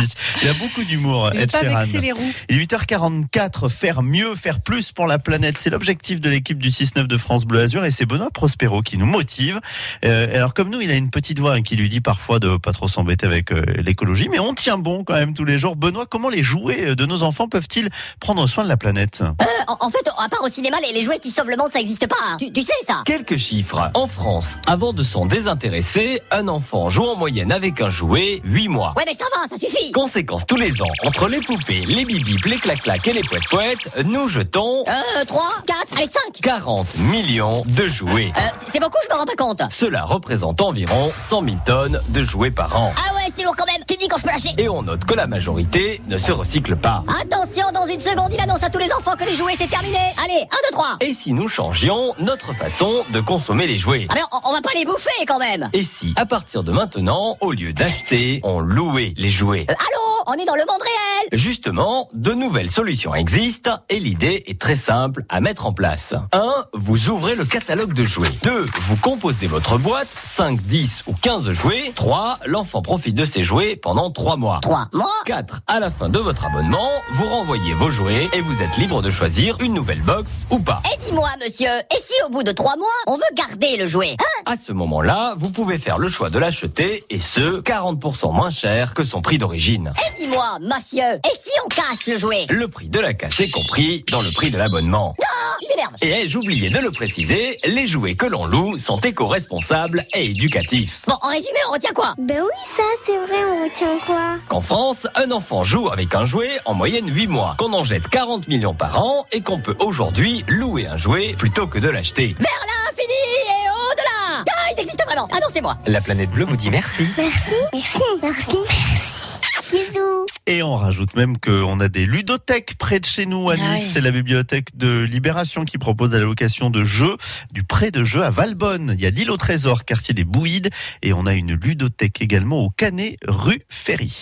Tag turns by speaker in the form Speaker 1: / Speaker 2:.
Speaker 1: aussi. Il a beaucoup d'humour,
Speaker 2: Je vais
Speaker 1: euh, Ed
Speaker 2: pas
Speaker 1: Sheeran.
Speaker 2: vexer les roues.
Speaker 1: Il est 8h44, faire mieux, faire plus pour la planète, c'est l'objectif de l'équipe du 6-9 de France Bleu Azur et c'est Benoît Prospero qui nous motive. Euh, alors comme nous, il a une petite voix hein, qui lui dit parfois de pas trop s'embêter avec euh, l'écologie, mais on tient bon quand même tous les jours. Benoît, comment les jouets euh, de nos enfants peuvent-ils prendre soin de la planète
Speaker 3: Euh, en, en fait, à part au cinéma, les, les jouets qui sauvent le monde, ça existe pas. hein. Tu, tu sais ça
Speaker 4: Quelques chiffres. En France, avant de s'en désintéresser, un enfant joue en moyenne avec un jouet 8 mois.
Speaker 3: Ouais, mais ça va, ça suffit.
Speaker 4: Conséquence, tous les ans, entre les poupées, les bibips, les clac-clac et les poètes-poètes, nous jetons
Speaker 3: Euh, 3, 4, allez 5.
Speaker 4: 40 millions de jouets.
Speaker 3: Euh, c'est- c'est beaucoup, je me rends pas compte.
Speaker 4: Cela représente environ 100 000 tonnes de jouets par an.
Speaker 3: Ah ouais, c'est lourd quand même. Tu me dis quand je peux lâcher.
Speaker 4: Et on note que la majorité ne se recycle pas.
Speaker 3: Attention, dans une seconde, il annonce à tous les enfants que les jouets, c'est terminé. Allez, 1, 2, 3.
Speaker 4: Et si nous changions notre façon de consommer les jouets
Speaker 3: Ah mais on, on va pas les bouffer quand même. Euh,
Speaker 4: Et si, à partir de maintenant, au lieu d'acheter, on louait les jouets
Speaker 3: Euh, allô, on est dans le monde réel.
Speaker 4: Justement, de nouvelles solutions existent et l'idée est très simple à mettre en place. 1. Vous ouvrez le catalogue de jouets. 2. Vous composez votre boîte, 5, 10 ou 15 jouets. 3. L'enfant profite de ses jouets pendant 3 mois.
Speaker 3: 3, moi.
Speaker 4: 4. À la fin de votre abonnement, vous renvoyez vos jouets et vous êtes libre de choisir une nouvelle box ou pas.
Speaker 3: Et dis-moi, monsieur, et si au bout de 3 mois, on veut garder le jouet hein
Speaker 4: À ce moment-là, vous pouvez faire le choix de l'acheter et ce, 40% moins cher que son prix d'origine.
Speaker 3: Et dis-moi, monsieur, et si on casse le jouet
Speaker 4: Le prix de la casse est compris dans le prix de l'abonnement.
Speaker 3: Ah, Il m'énerve.
Speaker 4: Et ai-je oublié de le préciser, les jouets que l'on loue sont éco-responsables et éducatifs.
Speaker 3: Bon, en résumé, on retient quoi
Speaker 5: Ben oui, ça, c'est vrai, on retient quoi
Speaker 4: Qu'en France, un enfant joue avec un jouet en moyenne 8 mois, qu'on en jette 40 millions par an et qu'on peut aujourd'hui louer un jouet plutôt que de l'acheter.
Speaker 3: Vers l'infini et au-delà Ah, ils existent vraiment Ah non, c'est moi
Speaker 4: La planète bleue vous dit merci.
Speaker 5: Merci, merci, merci, merci. Bisous.
Speaker 1: Et on rajoute même qu'on a des ludothèques près de chez nous à Nice.
Speaker 2: Ah ouais.
Speaker 1: C'est la bibliothèque de Libération qui propose la location de jeux, du prêt de jeux à Valbonne. Il y a l'île au trésor, quartier des Bouillides. Et on a une ludothèque également au Canet, rue Ferry.